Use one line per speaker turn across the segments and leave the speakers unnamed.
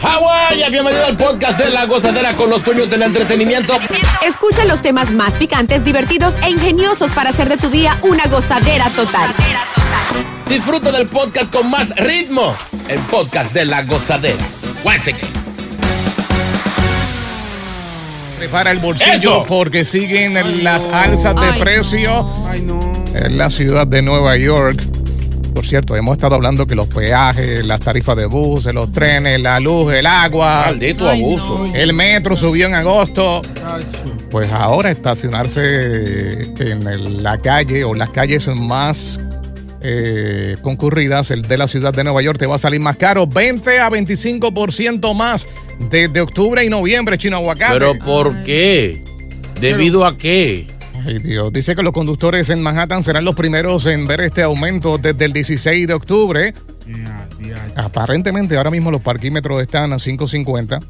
Hawái, bienvenido al podcast de la gozadera con los dueños del entretenimiento.
Escucha los temas más picantes, divertidos e ingeniosos para hacer de tu día una gozadera total.
Disfruta del podcast con más ritmo. El podcast de la gozadera. Once again.
Prepara el bolsillo
Eso.
porque siguen las alzas de precio en la ciudad de Nueva York. Por cierto, hemos estado hablando que los peajes, las tarifas de buses, los trenes, la luz, el agua,
Maldito abuso.
el metro subió en agosto. Pues ahora estacionarse en el- la calle o las calles más eh, concurridas, el de la ciudad de Nueva York, te va a salir más caro, 20 a 25% más desde octubre y noviembre, chino aguacate.
¿Pero por qué? ¿Debido a qué?
Ay, Dios. Dice que los conductores en Manhattan serán los primeros en ver este aumento desde el 16 de octubre. Aparentemente ahora mismo los parquímetros están a 5.50.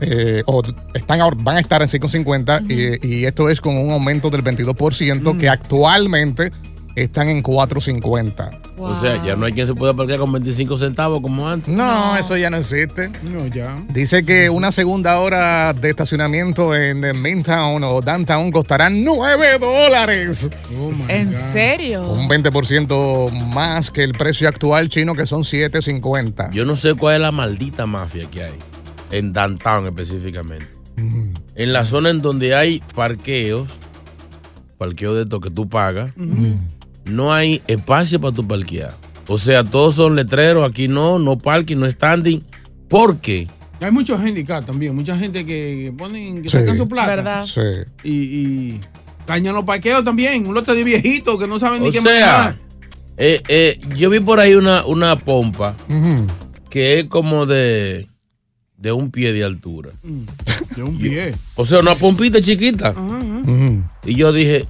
eh, o están, ahor- van a estar en 5.50 y, y esto es con un aumento del 22% que actualmente están en 4.50.
O sea, ya no hay quien se pueda parquear con 25 centavos como antes.
No, eso ya no existe. No, ya. Dice que una segunda hora de estacionamiento en el Midtown o Downtown costará 9 dólares.
¿En serio?
Un 20% más que el precio actual chino, que son 7.50.
Yo no sé cuál es la maldita mafia que hay. En downtown específicamente. En la zona en donde hay parqueos, parqueo de esto que tú pagas, no hay espacio para tu parquear. O sea, todos son letreros, aquí no, no parking, no standing. ¿Por qué?
Hay muchos handicaps también, mucha gente que ponen, que sacan su placa. Y, y dañan los parqueos también, un lote de viejitos que no saben
O
ni qué
sea, eh, eh, yo vi por ahí una, una pompa que es como de, de un pie de altura.
Mm. De un pie.
O sea, una pompita chiquita. Y yo dije,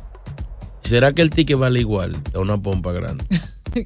¿será que el ticket vale igual a una pompa grande?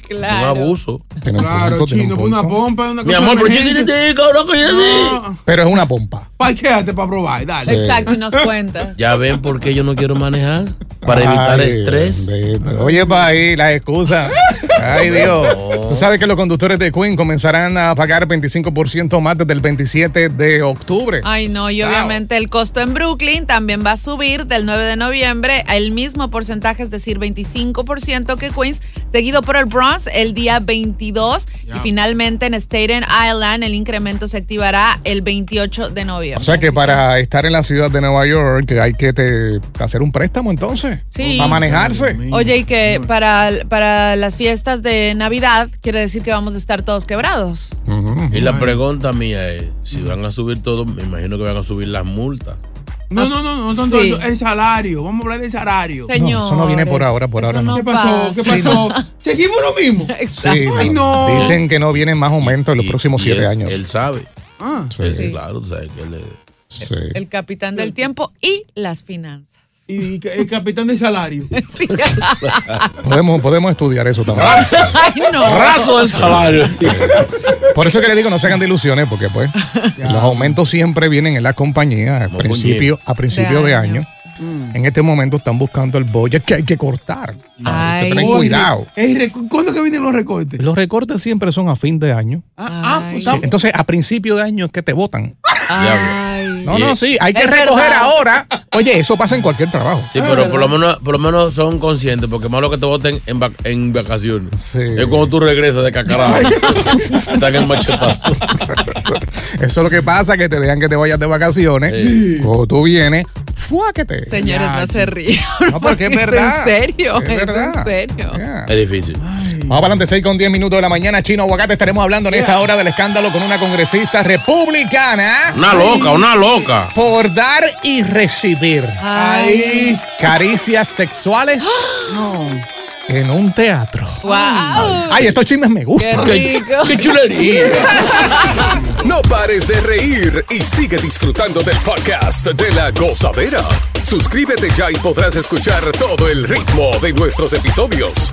Claro.
Un abuso.
Claro, chino, pues una pompa es una
Mi
cosa
amor,
de
pero yo
emergencia.
te digo, loco, yo
No,
Pero es una pompa.
Parquéate para probar, dale.
Sí.
Exacto, y nos cuentas.
Ya ven por qué yo no quiero manejar. Para evitar
Ay,
estrés.
bendito. Oye, para ahí, las excusas. Ay, Dios. Tú sabes que los conductores de Queen comenzarán a pagar 25% más desde el 27 de octubre.
Ay, no, y obviamente el costo en Brooklyn también va a subir del 9 de noviembre al mismo porcentaje, es decir, 25% que Queens, seguido por el Bronx el día 22 y
Ya.
finalmente en Staten Island el incremento se activará el 28 de noviembre.
O sea que para estar en la ciudad de Nueva York hay que te- hacer un préstamo entonces.
Sí.
Para manejarse.
Oye, y que para, para las fiestas de Navidad quiere decir que vamos a estar todos quebrados.
Y la pregunta mía es, si van a subir todo, me imagino que van a subir las multas.
No, no, no, no tanto
Sí.
eso, el salario. Vamos a hablar del salario.
Señor.
Eso no viene por ahora, por ahora no.
¿Qué pasó? ¿Qué pasó? Seguimos lo mismo.
Sí,
Ay, no.
no. Dicen que no vienen más aumentos en los próximos siete años.
Él sabe.
Ah,
Él, Claro, tú sabes que él es-
El capitán del tiempo y las finanzas.
y ca- el capitán de salario.
Podemos, podemos estudiar eso también.
Ay, no.
Raso del salario. Por eso que le digo, no se hagan de ilusiones, porque pues los aumentos siempre vienen en la compañía a principio, a principio de,
De
año.
Mm.
En este momento están buscando el budget que hay que cortar. Hay que tener
Oye,
cuidado.
ey, recu- ¿Cuándo que vienen los recortes?
Los recortes siempre son a fin de año.
Ah, ah, pues,
Sí, Entonces, a principio de año es que te votan. No,
Yeah.
no, sí, hay que
Es
recoger
verdad.
ahora. Oye, eso pasa en cualquier trabajo.
Sí, pero por lo, menos, por lo menos son conscientes, porque más lo que te voten en, vac- en vacaciones. Es cuando tú regresas de cacarada. Están en machetazo.
Eso es lo que pasa, que te dejan que te vayas de vacaciones. Cuando tú vienes, fuáquete.
Señores, no se ríen.
No, porque es verdad.
En serio,
Es
es,
verdad.
en serio.
Es difícil.
Vamos para adelante, 6 con 10 minutos de la mañana, Chino Aguacate. Estaremos hablando en esta hora del escándalo con una congresista republicana.
Una loca, una loca.
Por dar y recibir.
Ay.
Caricias sexuales. En un teatro.
Wow.
Ay, estos chismes me gustan.
Qué rico. Qué- qué
chulería. No pares de reír y sigue disfrutando del podcast de la gozadera. Suscríbete ya y podrás escuchar todo el ritmo de nuestros episodios.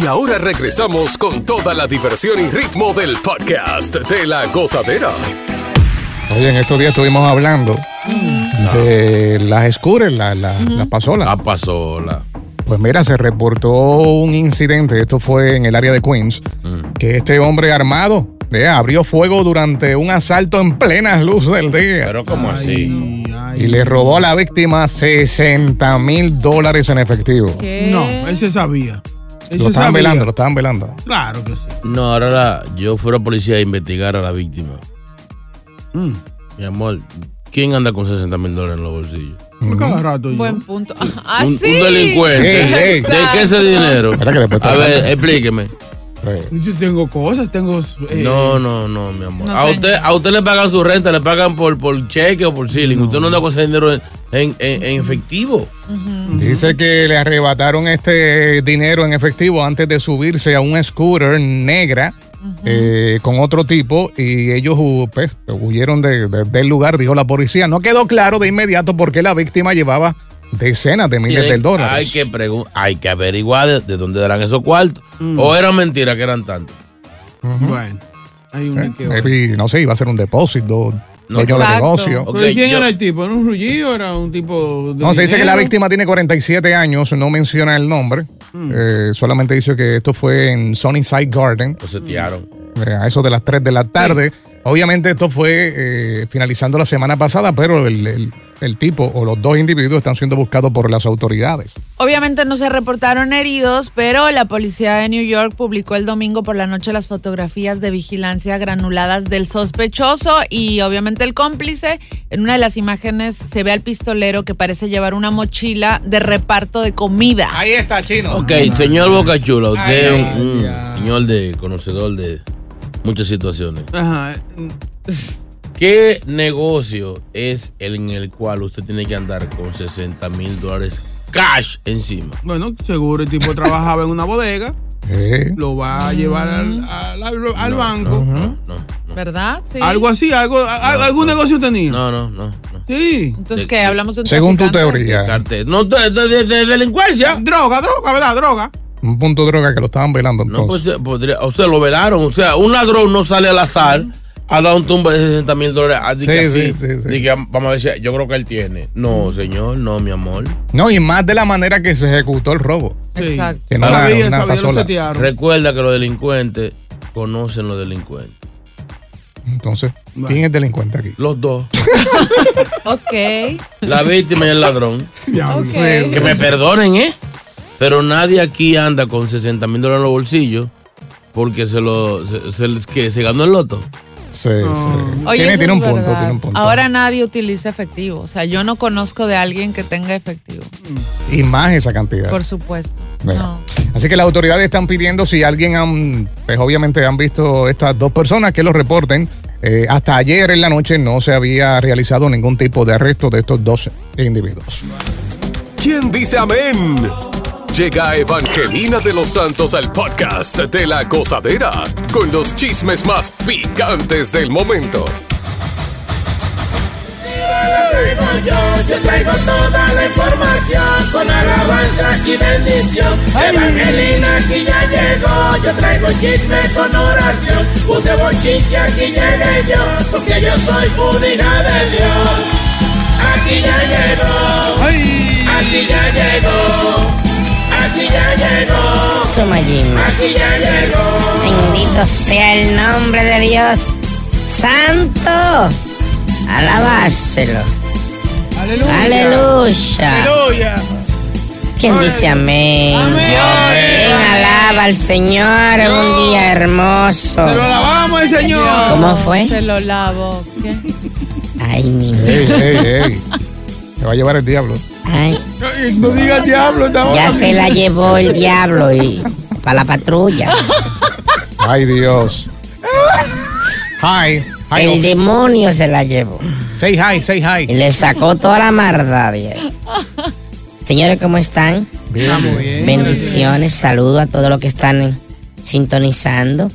Y ahora regresamos con toda la diversión y ritmo del podcast de la gozadera.
Oye, en estos días estuvimos hablando de las escures, las la, las pasolas.
La pasola.
Pues mira, se reportó un incidente, esto fue en el área de Queens,
Mm.
que este hombre armado eh, abrió fuego durante un asalto en plenas luz del día.
Pero ¿cómo así?
Y le robó a la víctima 60 mil dólares en efectivo.
No, él se sabía. Él
Lo
se
estaban
sabía.
velando, lo estaban velando.
Claro que sí.
No, ahora la- yo fuera policía a investigar a la víctima. Mm. Mi amor, ¿quién anda con 60 mil dólares en los bolsillos?
Por cada rato. yo.
Buen punto. Ah,
un, un
sí.
delincuente. ¿De qué ese dinero? a ver, explíqueme.
Yo tengo cosas, tengo. eh,
No, no, no, mi amor.
No,
a,
señor.
usted, a usted le pagan su renta, le pagan por, por cheque o por ceiling. Usted no anda con ese dinero en, en- en- en efectivo.
Dice que le arrebataron este dinero en efectivo antes de subirse a un scooter negra eh, con otro tipo y ellos hu- pues, huyeron de- de- del lugar, dijo la policía. No quedó claro de inmediato por qué la víctima llevaba decenas de miles de
Tienen-
dólares.
Hay que, pregun- hay que averiguar de, de dónde eran esos cuartos.
Mm.
O era mentira que eran tantos.
Bueno, hay un
Eh, maybe, no sé, iba a ser un depósito, dueño de negocio.
¿Pero quién era el tipo? ¿Era un rullido? ¿Era un tipo.? De
No, se dice que la
dinero?
víctima tiene 47 años, no menciona el nombre,
Hmm.
eh, solamente dice que esto fue en Sunnyside Garden.
Lo setearon.
eh, a eso de las 3 de la tarde. Obviamente esto fue eh, finalizando la semana pasada, pero el, el- el tipo o los dos individuos están siendo buscados por las autoridades.
Obviamente no se reportaron heridos, pero la policía de New York publicó el domingo por la noche las fotografías de vigilancia granuladas del sospechoso y obviamente el cómplice. En una de las imágenes se ve al pistolero que parece llevar una mochila de reparto de comida.
Ahí está, chino.
Ok, señor Bocachula, usted
Ay,
es un un señor de conocedor de muchas situaciones.
Ajá.
¿Qué negocio es el en el cual usted tiene que andar con 60 mil dólares cash encima?
Bueno, seguro el tipo trabajaba en una bodega. Lo va a llevar al, al- al- al banco.
¿Verdad? Sí.
Algo así, algo, a- algún negocio tenía.
No, no, no.
Sí.
Entonces, ¿qué? Hablamos de un traficante?
teoría.
Cartel. No, de, de- de- de delincuencia.
Droga, droga, ¿verdad? Droga.
Un punto de droga que lo estaban velando
No,
entonces.
pues, eh, podría- o sea, lo velaron. O sea, un ladrón no sale al azar ha dado un tumbo de 60 mil dólares. Así que
Sí,
así.
sí, sí, sí.
di que vamos a ver si- yo creo que él tiene. No, señor, no, mi amor.
No, y más de la manera que se ejecutó el robo.
Exacto.
Que no era una cazuela.
Recuerda que los delincuentes conocen los delincuentes.
Entonces, ¿quién es delincuente aquí?
Los dos.
Ok.
La víctima y el ladrón.
Ok.
Que me perdonen, ¿eh? Pero nadie aquí anda con 60 mil dólares en los bolsillos porque se lo se, se- que se ganó el loto.
Sí, sí.
Oye,
tiene,
eso
tiene un
es
punto,
verdad.
tiene un punto.
Ahora nadie utiliza efectivo. O sea, yo no conozco de alguien que tenga efectivo.
Y más esa cantidad.
Por supuesto.
Mira.
No.
Así que las autoridades están pidiendo si alguien han, pues obviamente han visto estas dos personas que lo reporten. Eh, hasta ayer en la noche no se había realizado ningún tipo de arresto de estos dos individuos.
¿Quién dice amén? Llega Evangelina de los Santos al podcast de la gozadera con los chismes más picantes del momento.
yo, yo traigo toda la información con alabanza y bendición. Evangelina aquí ya llegó, yo traigo chisme con oración. Usted bochinche aquí llegué yo, porque yo soy una hija de Dios. Aquí ya llegó, aquí ya llegó, aquí ya llegó. Aquí ya llegó.
Bendito sea el nombre de Dios. Santo. Alabárselo. Aleluya. Aleluya. ¿Quién dice amén? Amén. Alaba al Señor. Un día hermoso.
Se lo alabamos
el
Señor.
¿Cómo fue?
Se lo lavo. ¿Qué?
Ay, niño.
Ey, ey, ey. Se va a llevar el diablo.
Ay.
No diga diablo,
Ya se la llevó el diablo y para la patrulla.
Ay, Dios. Hi. hi
el
Ofi.
demonio se la llevó.
Say hi, say hi.
Y le sacó toda la marda, viejo. Señores, ¿cómo están?
Bien, bien.
Bendiciones, saludo a todos los que están eh, sintonizando,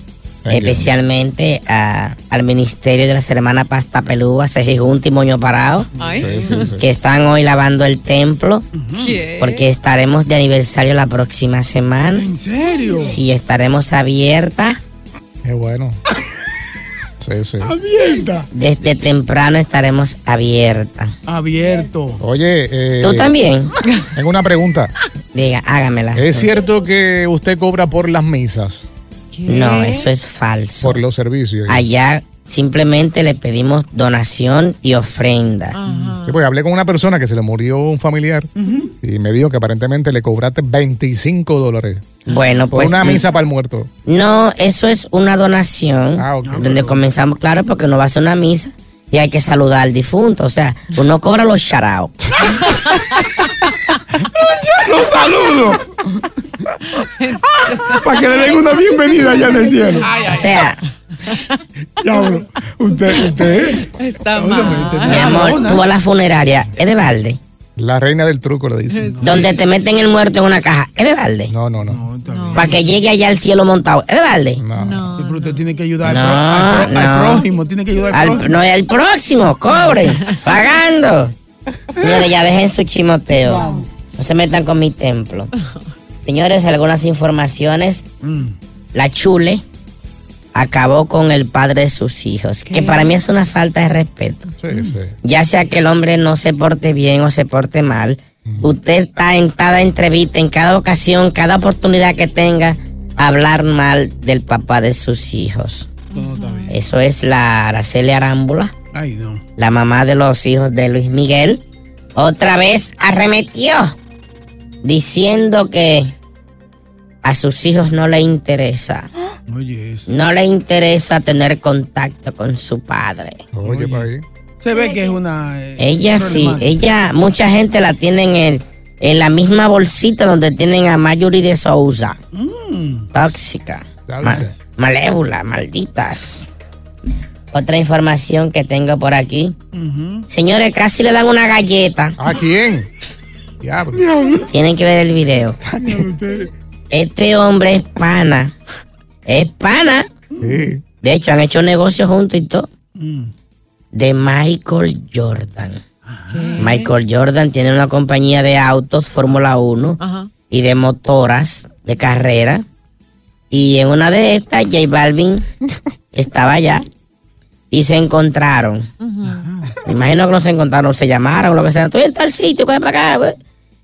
especialmente a- al Ministerio de las Hermanas Pasta Pelúa, Sejijunta y Moño Parado,
Ay.
que están hoy lavando el templo, porque estaremos de aniversario la próxima semana. ¿En
serio?
Sí, estaremos abiertas.
Qué bueno. Sí, sí.
Abierta.
Desde temprano estaremos abiertas.
Abierto.
Oye, eh,
¿Tú también?
Tengo una pregunta.
Diga, hágamela.
¿Es cierto que usted cobra por las misas?
No, eso es falso.
Por los servicios.
Allá simplemente le pedimos donación y ofrenda.
Sí, pues hablé con una persona que se le murió un familiar y me dijo que aparentemente le cobraste 25 dólares.
Bueno,
por
pues,
una
mm.
misa para el muerto.
No, eso es una donación
Ah,
donde comenzamos, claro, porque no va a ser una misa y hay que saludar al difunto. O sea, uno cobra los charaos.
Los saludo. Para que le den una bienvenida allá en el cielo.
O sea,
Diablo, usted, usted.
Está mal.
mi amor, tú a la funeraria, es de balde.
La reina del truco le dice.
Donde te meten el muerto en una caja, es de balde.
No, no, no.
Para que llegue allá al cielo montado, es de balde.
Sí, pero usted tiene que ayudar
No,
al, pro- al pro- al
no.
prójimo, tiene que ayudar al,
Al,
prójimo.
no, el próximo, cobre, pagando. Señores, ya dejen su chimoteo. No se metan con mi templo. Señores, algunas informaciones. La Chule acabó con el padre de sus hijos, que para mí es una falta de respeto.
Sí, sí.
Ya sea que el hombre no se porte bien o se porte mal, usted está en cada entrevista, en cada ocasión, cada oportunidad que tenga, a hablar mal del papá de sus hijos. Eso es la Araceli Arámbula,
Ay, no.
la mamá de los hijos de Luis Miguel. Otra vez arremetió diciendo que a sus hijos no le interesa.
Oye, eso.
No le interesa tener contacto con su padre.
Oye, para ahí.
Se ve que es una. eh,
Ella sí,
problemática.
ella, mucha gente la tiene en, el- en la misma bolsita donde tienen a Mayuri de Sousa.
Mm.
Tóxica, ma- malévola, malditas. Otra información que tengo por aquí. Señores, casi le dan una galleta.
¿A quién? Diablo.
Tienen que ver el video. Este hombre es pana. Es pana. De hecho, han hecho negocios juntos y todo. De Michael Jordan. Michael Jordan tiene una compañía de autos, Fórmula 1,
Ajá.
y de motoras de carrera. Y en una de estas, J Balvin estaba allá. y se encontraron. Me imagino que no se encontraron, se llamaron, lo que sea. Tú en tal sitio, coge para acá. güey.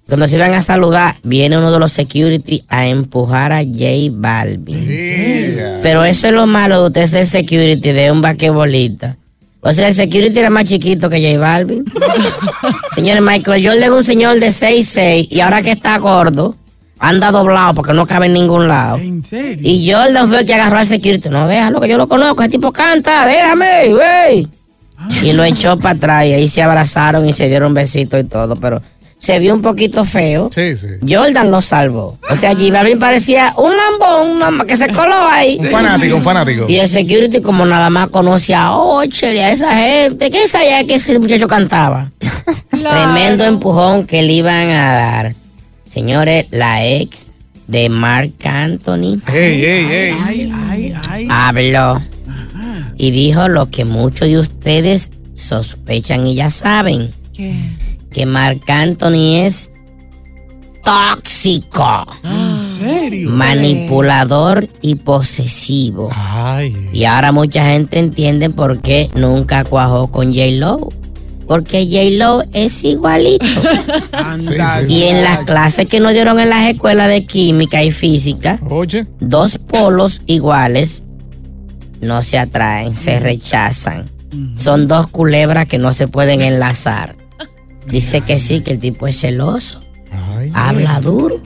Cuando se iban a saludar, viene uno de los security a empujar a J Balvin. Pero eso es lo malo de usted ser security de un basquetbolista. O sea, el security era más chiquito que J Balvin. Señores, Michael Jordan es un señor de 6'6 y ahora que está gordo, anda doblado porque no cabe en ningún lado. Y Jordan fue el que agarró al security. No, déjalo que yo lo conozco, ese tipo canta, déjame, güey.
Ah.
Y lo echó para atrás y ahí se abrazaron y se dieron besitos y todo, pero se vio un poquito feo. Jordan lo salvó. O sea, J Balvin parecía un lambón nada más que se coló ahí.
Un fanático, un fanático.
Y el security, como nada más conoce a Ocho y a esa gente, ¿qué sabía que ese muchacho cantaba? Tremendo empujón que le iban a dar. Señores, la ex de Mark Anthony
Ay, ay, ay.
habló y dijo lo que muchos de ustedes sospechan y ya saben. Que Mark Anthony es tóxico,
¿En serio?
manipulador y posesivo. Y ahora mucha gente entiende por qué nunca cuajó con J-Lo. Porque J-Lo es igualito.
Ah,
Y en las clases que nos dieron en las escuelas de química y física, dos polos iguales no se atraen, se rechazan. Son dos culebras que no se pueden enlazar. Dice que sí, que el tipo es celoso. Habla duro.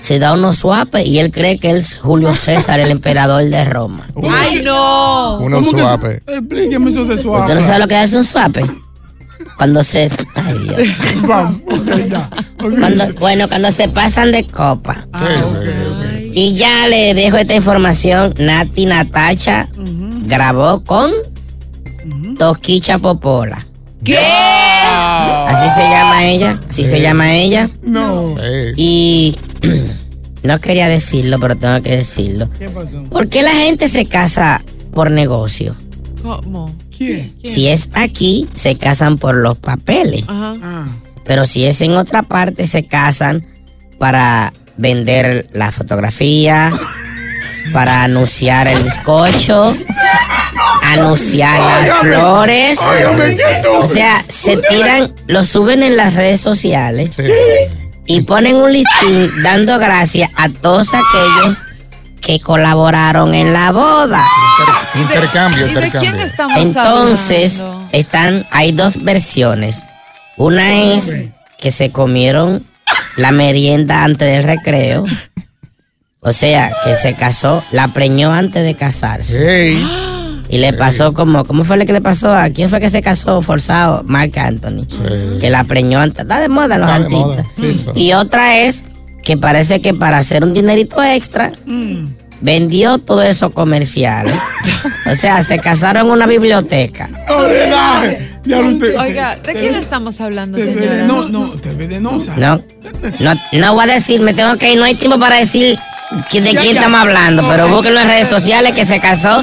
Se da unos suapes y él cree que es Julio César, el emperador de Roma.
¡Ay, no!
Unos
¿Cómo que-
suapes.
Explíqueme eso de suave.
¿Usted no sabe lo que es un suape? Cuando se... Ay, Dios. Cuando- bueno, cuando se pasan de copa. Ah, Y ya le dejo esta información. Nati Natacha grabó con Toquicha Popola. Ah.
¿Qué?
Así se llama ella. Así se llama ella.
No.
Y no quería decirlo, pero tengo que decirlo.
¿Qué pasó?
¿Por qué la gente se casa por negocio?
¿Cómo?
¿Quién?
Si es aquí, se casan por los papeles.
Ah,
Ajá.
Pero si es en otra parte, se casan para vender la fotografía, para anunciar el bizcocho, anunciar las
Óigame,
flores.
óigame, ¿qué tú?
O sea, se tiran, lo suben en las redes sociales y ponen un listín dando gracias a todos aquellos que colaboraron en la boda.
Intercambio, intercambio.
Entonces, están, hay dos versiones. Una es que se comieron la merienda antes del recreo. O sea, que se casó, la preñó antes de casarse. Y le pasó como, ¿cómo fue lo que le pasó? ¿A quién fue que se casó forzado? Marc Anthony. Que la preñó antes. Está de moda los
Está de moda.
artistas.
Sí, eso.
Y otra es que parece que para hacer un dinerito extra, vendió todo eso comercial. o sea, se casaron en una biblioteca.
No, relaje. Ya lo usted.
Oiga, ¿de quién estamos hablando,
Te ve
señora?
de- No, no, te ve de no, ¿sabes?
No, no, no voy a decir, me tengo que ir, no hay tiempo para decir que- de
Ya,
quién
ya.
estamos hablando,
No,
pero
ya.
búsquenlo en redes sociales que se casó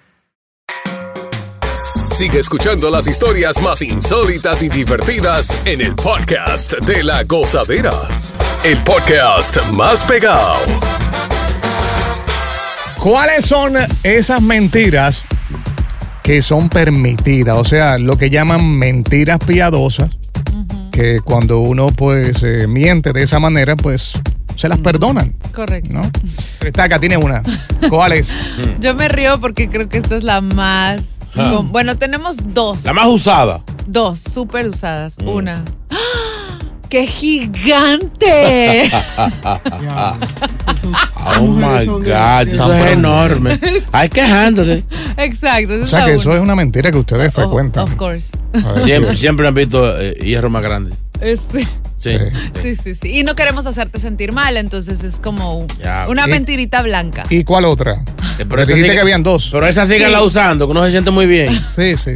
Sigue escuchando las historias más insólitas y divertidas en el podcast de la gozadera. El podcast más pegado.
¿Cuáles son esas mentiras que son permitidas, o sea, lo que llaman mentiras piadosas, que cuando uno pues eh, miente de esa manera, pues se las perdonan.
Correcto.
¿no? Está acá, tiene una. ¿Cuál es?
Yo me río porque creo que esta es la más.
Ah.
com- Bueno, tenemos dos.
La más usada.
Dos, súper usadas. Una. ¡Ah! ¡Qué gigante!
oh my God, eso es enorme. Hay quejándole.
Exacto. esa
O sea
es
que
la
eso
una.
es una mentira que ustedes frecuentan.
Of course.
Siempre, siempre han visto eh, hierro más grande.
Este,
Sí.
sí, sí, sí. Y no queremos hacerte sentir mal, entonces es como un-
Ya,
una
eh,
mentirita blanca.
¿Y cuál otra?
Pero
dijiste que habían dos.
Pero esa sigue la usando, que no se siente muy bien.
Sí, sí.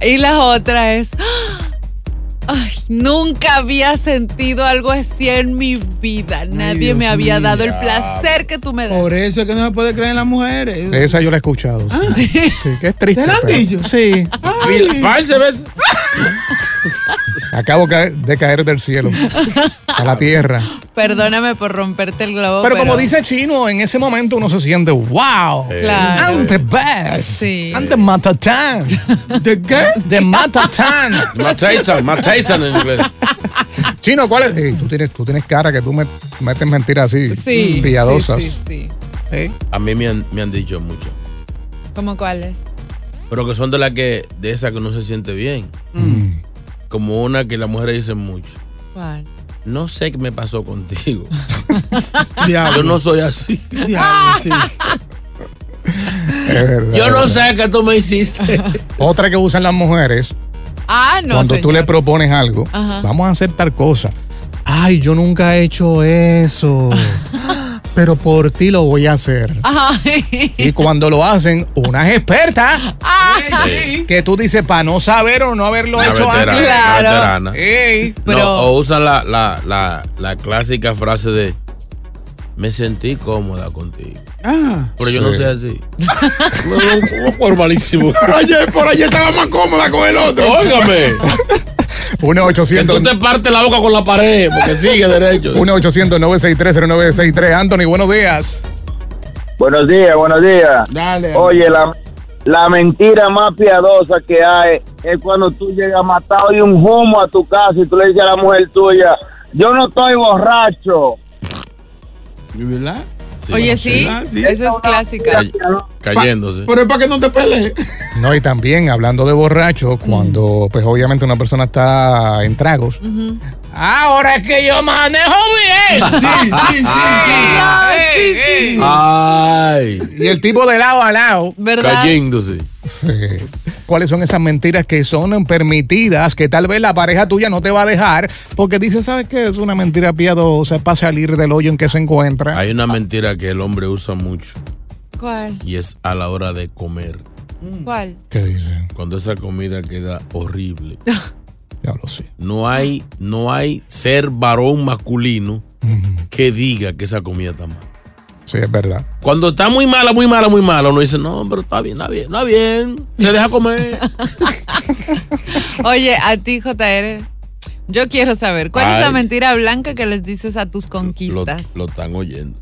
Y la otra es. ¡ah! Ay, nunca había sentido algo así en mi vida. Nadie
Dios
me había
mío.
dado el placer que tú me das.
Por eso es que no se puede creer en las mujeres.
Esa yo la he escuchado. Sí, Sí, que es triste.
¿Te la han
pero-
dicho?
Sí.
Parce, ¿ves?
Acabo ca- de caer del cielo a la tierra.
Perdóname por romperte el globo.
Pero, como dice Chino, en ese momento uno se siente wow.
Eh,
Claro.
I'm the best.
Sí.
I'm the Matatán. ¿De qué? The Matatán.
Mataitan, Mataitan en inglés.
Chino, ¿cuál es? Ey, tú, tienes, tú tienes cara que tú me- metes mentiras así.
Sí.
Piadosas. ¿Eh?
Sí, sí, sí.
A mí me han, me han dicho mucho.
¿Cómo cuáles?
Pero que son de las que, de esas que no se siente bien. Como una que las mujeres dicen mucho.
¿Cuál?
No sé qué me pasó contigo. Yo no soy así.
Es verdad.
Yo no sé qué tú me hiciste.
Otra que usan las mujeres
Ah, no.
cuando tú
señor.
le propones algo,
Ajá.
vamos a hacer tal cosa. Ay, yo nunca he hecho eso. pero por ti lo voy a hacer.
Ay.
Y cuando lo hacen, unas expertas
Ay.
que tú dices para no saber o no haberlo
Una
hecho
veterana,
antes.
una veterana.
Ey.
No, o usan la, la, la, la clásica frase de me sentí cómoda contigo.
Ah.
Pero yo no
Sí.
soy así. Un Formalísimo.
Pero ayer, por ayer estaba más cómoda con el otro.
Óigame.
1-800.
Tú te partes la boca con la pared porque sigue derecho.
1-800-963-0963. Anthony, buenos días.
Buenos días, Eh, buenos días. Oye, la, la mentira más piadosa que hay es cuando tú llegas matado y un humo a tu casa y tú le dices a la mujer tuya, yo no estoy borracho.
¿Verdad?
Oye, sí.
¿Verdad? Ah, Sí.
Esa es clásica.
Cayéndose.
Pero es para que no te pelees.
No, y también hablando de borracho, cuando pues obviamente una persona está en tragos. Ahora es que yo manejo bien.
Sí, sí, sí.
Ah. Ay.
Y el tipo de lado a lado.
Cayéndose.
Sí. ¿Cuáles son esas mentiras que son permitidas, que tal vez la pareja tuya no te va a dejar? Porque dice, ¿sabes qué? Es una mentira piadosa para salir del hoyo en que se encuentra.
Hay una mentira que el hombre usa mucho
¿Cuál?
y es a la hora de comer.
¿Cuál?
¿Qué dice?
Cuando esa comida queda horrible.
Ya lo sé.
No hay, no hay ser varón masculino que diga que esa comida está mal.
Sí, es verdad.
Cuando está muy mala, muy mala, muy mala, uno dice, no, pero está bien, está bien, está bien. Se deja comer.
Oye, a ti, JR. Yo quiero saber, ¿cuál es la
Ay.
mentira blanca que les dices a tus conquistas?
Lo están oyendo.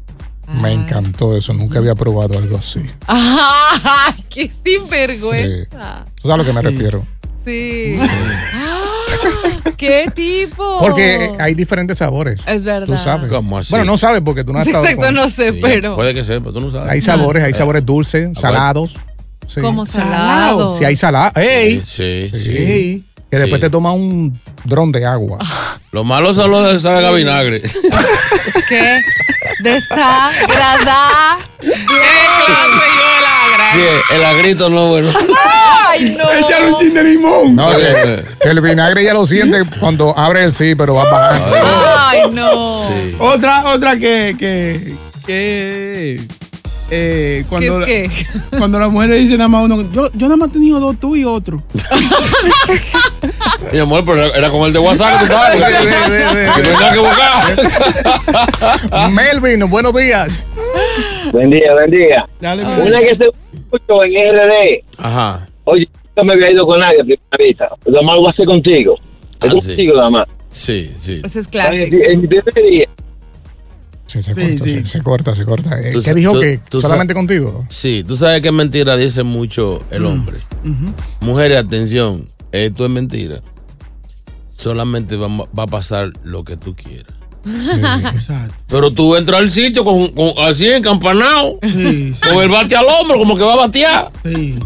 Me encantó eso. Nunca había probado algo así.
¡Ah! ¡Qué sinvergüenza!
¿Tú sabes a lo que me refiero?
Sí. ¡Ah! ¡Qué tipo!
Porque hay diferentes sabores.
Oh. Es verdad.
Tú sabes.
¿Cómo así?
Bueno, no sabes porque tú no has estado
Exacto,
con-
no sé, pero.
Puede que sea, pero tú no sabes. Eh,
Hay sabores,
Ah.
hay sabores dulces, salados. Sí.
Como salado.
Si hay salado. ¡Ey!
Sí, sí.
Que
Sí.
después te toma un dron de agua.
Lo malo son los que saben a vinagre.
¡Qué desagradable!
Sí, el agrito no es bueno.
¡Ay, no!
Échale un chin de limón.
No, que, que el vinagre ya lo siente cuando abre el sí, pero va bajando.
¡Ay, no!
Otra, otra que, que, que, eh, cuando, la-
¿Qué es qué?
cuando la mujer le dice nada más a uno, yo, yo nada más he tenido dos, tú y otro.
Mi amor, pero era con el de WhatsApp que tú estabas. Que no hay nada que buscar.
Melvin, buenos días.
Buen día, buen día.
Ah.
Una que se escuchó en RD.
Ajá.
Ah. Oye, no me había ido con nadie a primera vista. Lo más voy a hacer contigo. Es
Ah, sí.
contigo, nada más.
Sí, sí.
Esa Pues es
En
clásica.
mi- en mi primer día.
Sí, se, corta, Se, se corta, se corta. Eh, ¿Qué dijo
tú-
que
tú
solamente
sa-
contigo?
Sí, tú sabes que es mentira, dice mucho
Mm.
el hombre. Mujeres, atención, esto es mentira. Solamente va, va a pasar lo que tú quieras. Pero tú entras al sitio con, con- así encampanado, con el bate al hombro, como que va a batear.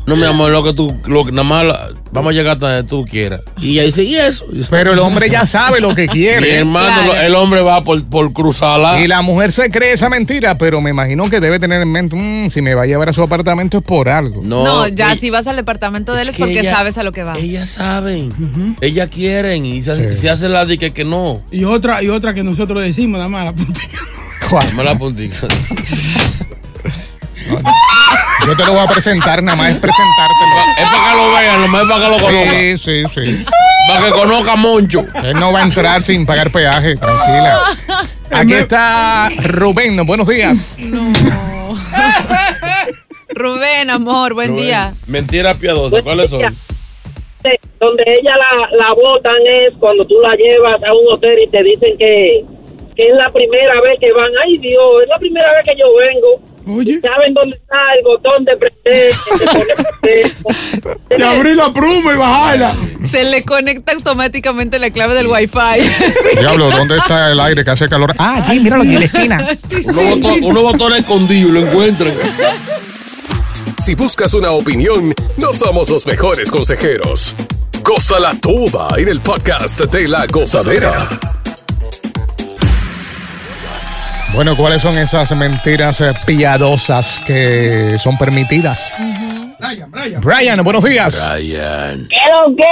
No, mi amor, lo que tú, lo que nada más la- vamos a llegar hasta donde tú quieras. Y ella dice, y eso.
Pero el hombre ya sabe lo que quiere.
Mi hermano,
Claro.
el hombre va por, por cruzarla.
Y la mujer se cree esa mentira, pero me imagino que debe tener en mente, "Mm, si me va a llevar a su apartamento es por algo.
No, ya si vas al departamento de
es
él es
que
porque
ella-
sabes a lo que va.
Ellas saben. Ellas quieren y se, hace- se hace la de que, que no.
Y otra, y otra que nosotros decimos, nada más la puntica.
Dame la puntica.
Yo te lo voy a presentar, nada más es presentártelo.
Es para que lo vean, nomás es para que lo conozcan.
Sí, sí, sí.
Para que conozca a Moncho.
Él no va a entrar sin pagar peaje, tranquila. Aquí está Rubén, buenos días.
Rubén, amor, buen
Rubén.
día.
Mentiras piadosas, ¿cuáles son?
donde ella la, la botan es cuando tú la llevas a un hotel y te dicen que, que es la primera vez que van. Ay Dios, es la primera vez que yo vengo. ¿Saben dónde está el botón de prender?
Te abrí la pluma y bajarla.
Se le conecta automáticamente la clave del wifi.
Diablo, ¿dónde está el aire que hace calor? Ah, aquí, míralo aquí en la esquina.
Unos botones, unos botones escondidos y lo encuentran.
Si buscas una opinión, no somos los mejores consejeros. Cosa la tuba en el podcast de la gozadera.
Bueno, ¿cuáles son esas mentiras eh, piadosas que son permitidas? Brian, buenos días.
Brian.
¿Qué lo que,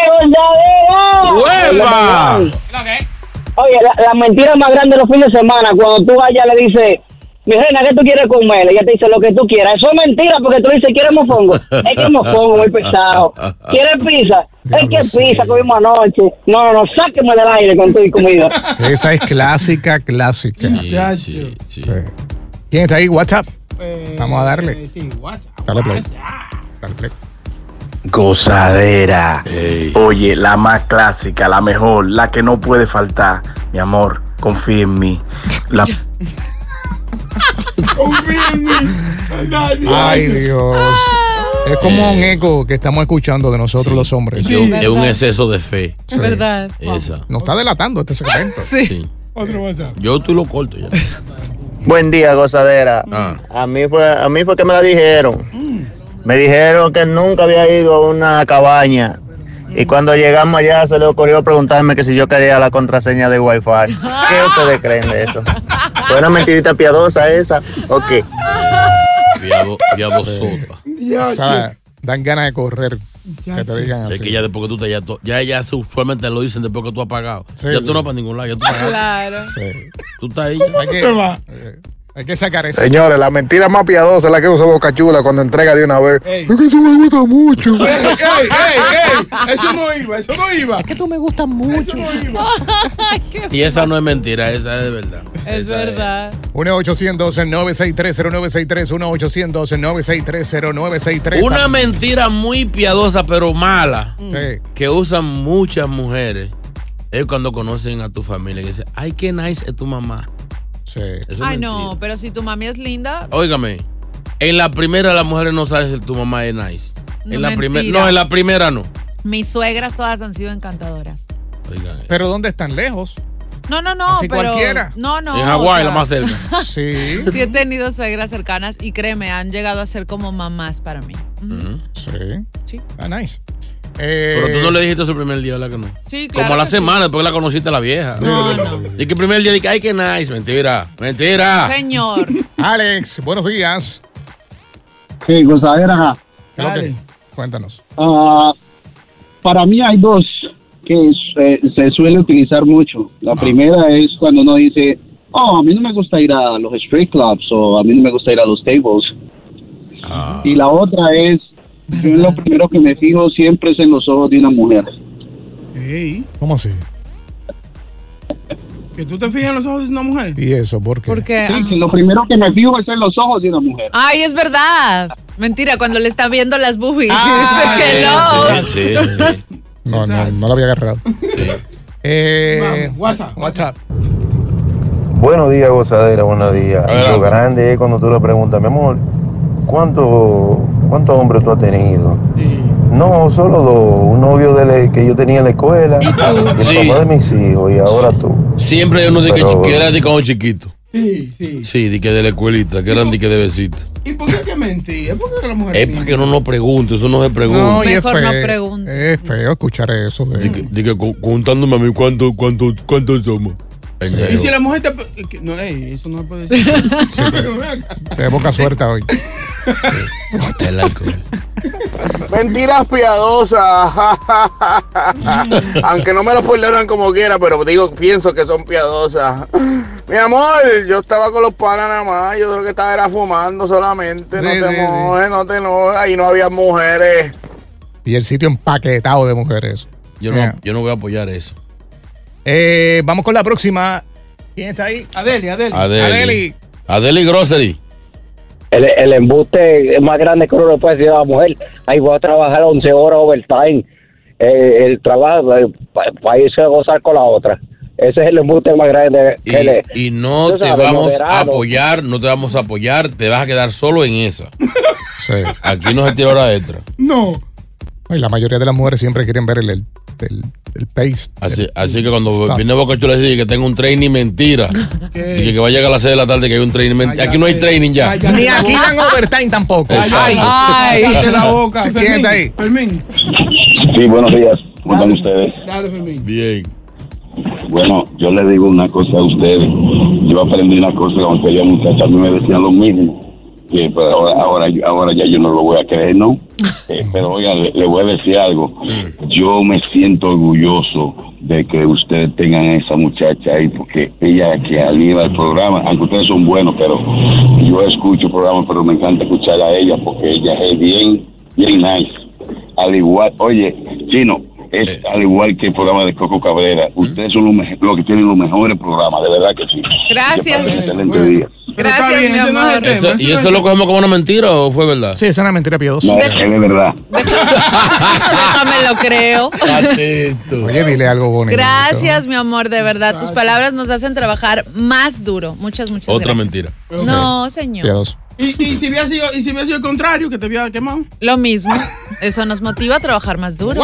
Gonzalera?
¡Hueva!
Oye, la, la mentira más grande de los fines de semana, cuando tú allá le dices, mi reina, ¿qué tú quieres comer? Ella te dice lo que tú quieras. Eso es mentira, porque tú le dices, ¿quieres mofongo? Es que es mofongo, muy pesado. ¿Quieres pizza? Es que es pizza, comimos anoche. No, no, no, sáqueme del aire con tu comida.
Esa es clásica, clásica. Sí. Eh, ¿Quién está ahí? WhatsApp. Vamos a darle.
Sí, WhatsApp.
Dale play. Dale play.
Gozadera. Oye, la más clásica, la mejor, la que no puede faltar. Mi amor, confía en mí. La-
Confía en mí.
Ay, Dios. Es como un eco que estamos escuchando de nosotros los hombres.
Es un- es un exceso de fe.
Sí.
verdad.
Esa.
Nos está delatando este segmento.
Sí.
Otro WhatsApp.
Yo tú lo corto ya.
Buen día, gozadera. A mí fue a mí fue que me la dijeron. Me dijeron que nunca había ido a una cabaña. Y cuando llegamos allá se le ocurrió preguntarme que si yo quería la contraseña de Wi-Fi. ¿Qué ustedes creen de eso? Fue una mentirita piadosa esa. Ok.
Piado, piadosota.
O sea, dan ganas de correr. Que te digan
Es
así.
que ya después que tú te ya, to- ya, ya se- usualmente lo dicen después que tú has pagado. ya tú
sí.
no vas para ningún lado, ya tú pagaste.
Claro.
Tú estás ahí.
Hay que, eh, hay que sacar eso.
Señores, la mentira más piadosa es la que usa Boca Chula cuando entrega de una vez. Es que eso me gusta mucho.
ey, ey! Eso no iba, eso no iba. Es
que tú me gustas mucho.
Y esa no es mentira, esa es de verdad.
Es verdad.
1-800-963-0963. 1-800-963-0963.
Una mentira muy piadosa, pero mala,
Sí.
que usan muchas mujeres, es cuando conocen a tu familia que dicen, ay, qué nice es tu mamá.
Sí.
Eso es
Ay,
mentira.
no, pero si tu mami es linda,
Óigame, en la primera las mujeres no saben si tu mamá es nice.
No,
en la
mentira.
primera, no, en la primera no.
mis suegras todas han sido encantadoras.
Oigan,
Pero ¿dónde están lejos?
No, no, no,
Así
pero.
cualquiera.
No, no.
en Hawái,
o
la
sea,
más cerca.
Sí.
Sí he tenido suegras cercanas y créeme, han llegado a ser como mamás para mí.
Mm. Sí. Eh.
Sí.
Ah, nice.
Pero tú no le dijiste su primer día, ¿verdad que no?
Sí, claro
Como a la
que
semana, después la conociste a la vieja.
No,
Y que el primer día dije, ay, qué nice. Mentira, mentira.
Señor.
Alex, buenos días.
Sí, gozadera.
Dale. Cuéntanos.
Ah, para mí hay dos que se, se suele utilizar mucho. La
Ah.
primera es cuando uno dice, oh, a mí no me gusta ir a los street clubs o a mí no me gusta ir a los tables.
Ah.
Y la otra es, yo en lo primero que me fijo siempre es en los ojos de una mujer.
¿Cómo así?
Que tú te fijas en los ojos de una mujer.
¿Y eso? ¿Por qué?
Porque.
Sí, que lo primero que me fijo es en los ojos de una mujer.
Ay, es verdad. Mentira, cuando le está viendo las boobies.
Ah,
Este, hello.
Sí,
No, no, no lo había agarrado. Eh,
WhatsApp.
WhatsApp.
Buenos días, gozadera, buenos días. Lo grande es cuando tú le preguntas, mi amor, ¿cuánto- ¿cuántos hombres tú has tenido? No, solo dos. Un novio de la- que yo tenía en la escuela, y el
Sí.
papá de mis hijos, y ahora tú.
Siempre hay uno de que,
Pero-
que era de cuando chiquito. Sí, sí. Sí, de que de la escuelita, que eran de que de besita.
¿Y por qué que mentí? ¿Por qué que la mujer
Es para que uno no pregunte, eso no se pregunta.
No, y es feo, es Eh, feo escuchar eso de...
Dije, contándome a mí cuánto, cuánto, cuánto somos.
Y si la mujer te. que- No, ey, eso no se puede decir.
Te boca suerte hoy.
El alcohol.
Mentiras piadosas. Aunque no me lo spoileran como quiera, pero digo, pienso que son piadosas. Mi amor, yo estaba con los panas nada más. Yo creo que estaba era fumando solamente. No
Sí,
te
sí, sí.
mojes, no te enojes. Ahí no había mujeres.
Y el sitio empaquetado de mujeres.
Yo no, yo no voy a apoyar eso.
Eh, vamos con la próxima. ¿Quién está ahí? Adeli, Adeli.
Adeli. Adeli Grocery.
El, el embuste más grande que uno le puede decir a la mujer, ahí voy a trabajar 11 horas overtime, eh, el trabajo, para irse a gozar con la otra. Ese es el embuste más grande que le...
Y no
Tú
te
sabes,
vamos a
moderado.
apoyar, no te vamos a apoyar, te vas a quedar solo en esa. Aquí no se tira hora extra.
No. la mayoría de las mujeres siempre quieren ver el, el, el, el pace.
Así, así que cuando
Stop.
viene Boca Chula dice que tengo un training mentira. Y que, que va a llegar a las 6 de la tarde que hay un training mentira. Aquí no hay training ya.
Ni aquí dan overtime tampoco.
Exacto.
Ay,
Cállate la boca.
¿Quién
Fermín,
está ahí?
Fermín.
Sí, buenos días. ¿Cómo están ustedes?
Dale, Fermín.
Bien.
Bueno, yo les digo una cosa a ustedes. Yo aprendí una cosa cuando yo era muchacha. A mí me decían lo mismo. Que, pero ahora, ahora, yo- ahora ya yo no lo voy a creer, ¿no? Eh, pero oiga, le, le voy a decir algo. Yo me siento orgulloso de que ustedes tengan a esa muchacha ahí, porque ella que anima el programa, aunque ustedes son buenos, pero yo escucho programas, pero me encanta escuchar a ella, porque ella es bien, bien nice. Al igual, oye, Chino, es al igual que el programa de Coco Cabrera. Ustedes son los, mej- los que tienen los mejores programas, de verdad que sí.
Gracias.
Excelente día.
Gracias, mi amor.
Eso- ¿Y eso lo cogemos como una mentira o fue verdad?
Sí, es una mentira piadosa.
No, es de verdad.
Eso me lo creo.
Oye, dile algo bonito.
Gracias, mi amor, de verdad. Tus palabras nos hacen trabajar más duro. Muchas, muchas
Otra
gracias.
mentira.
No, señor.
Piadoso.
Y, y si hubiera sido, y si hubiera sido el contrario, que te hubiera quemado.
Lo mismo. Eso nos motiva a trabajar más duro.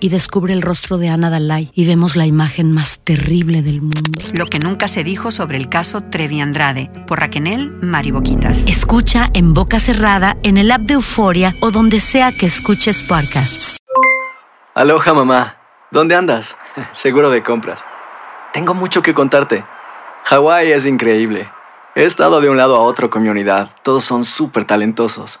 Y descubre el rostro de Ana Dalai y vemos la imagen más terrible del mundo.
Lo que nunca se dijo sobre el caso Trevi Andrade por Raquenel Mariboquitas.
Escucha en boca cerrada, en el app de Euforia o donde sea que escuches podcasts.
Aloha mamá, ¿dónde andas? Seguro de compras. Tengo mucho que contarte. Hawái es increíble. He estado de un lado a otro con mi unidad. Todos son súper talentosos.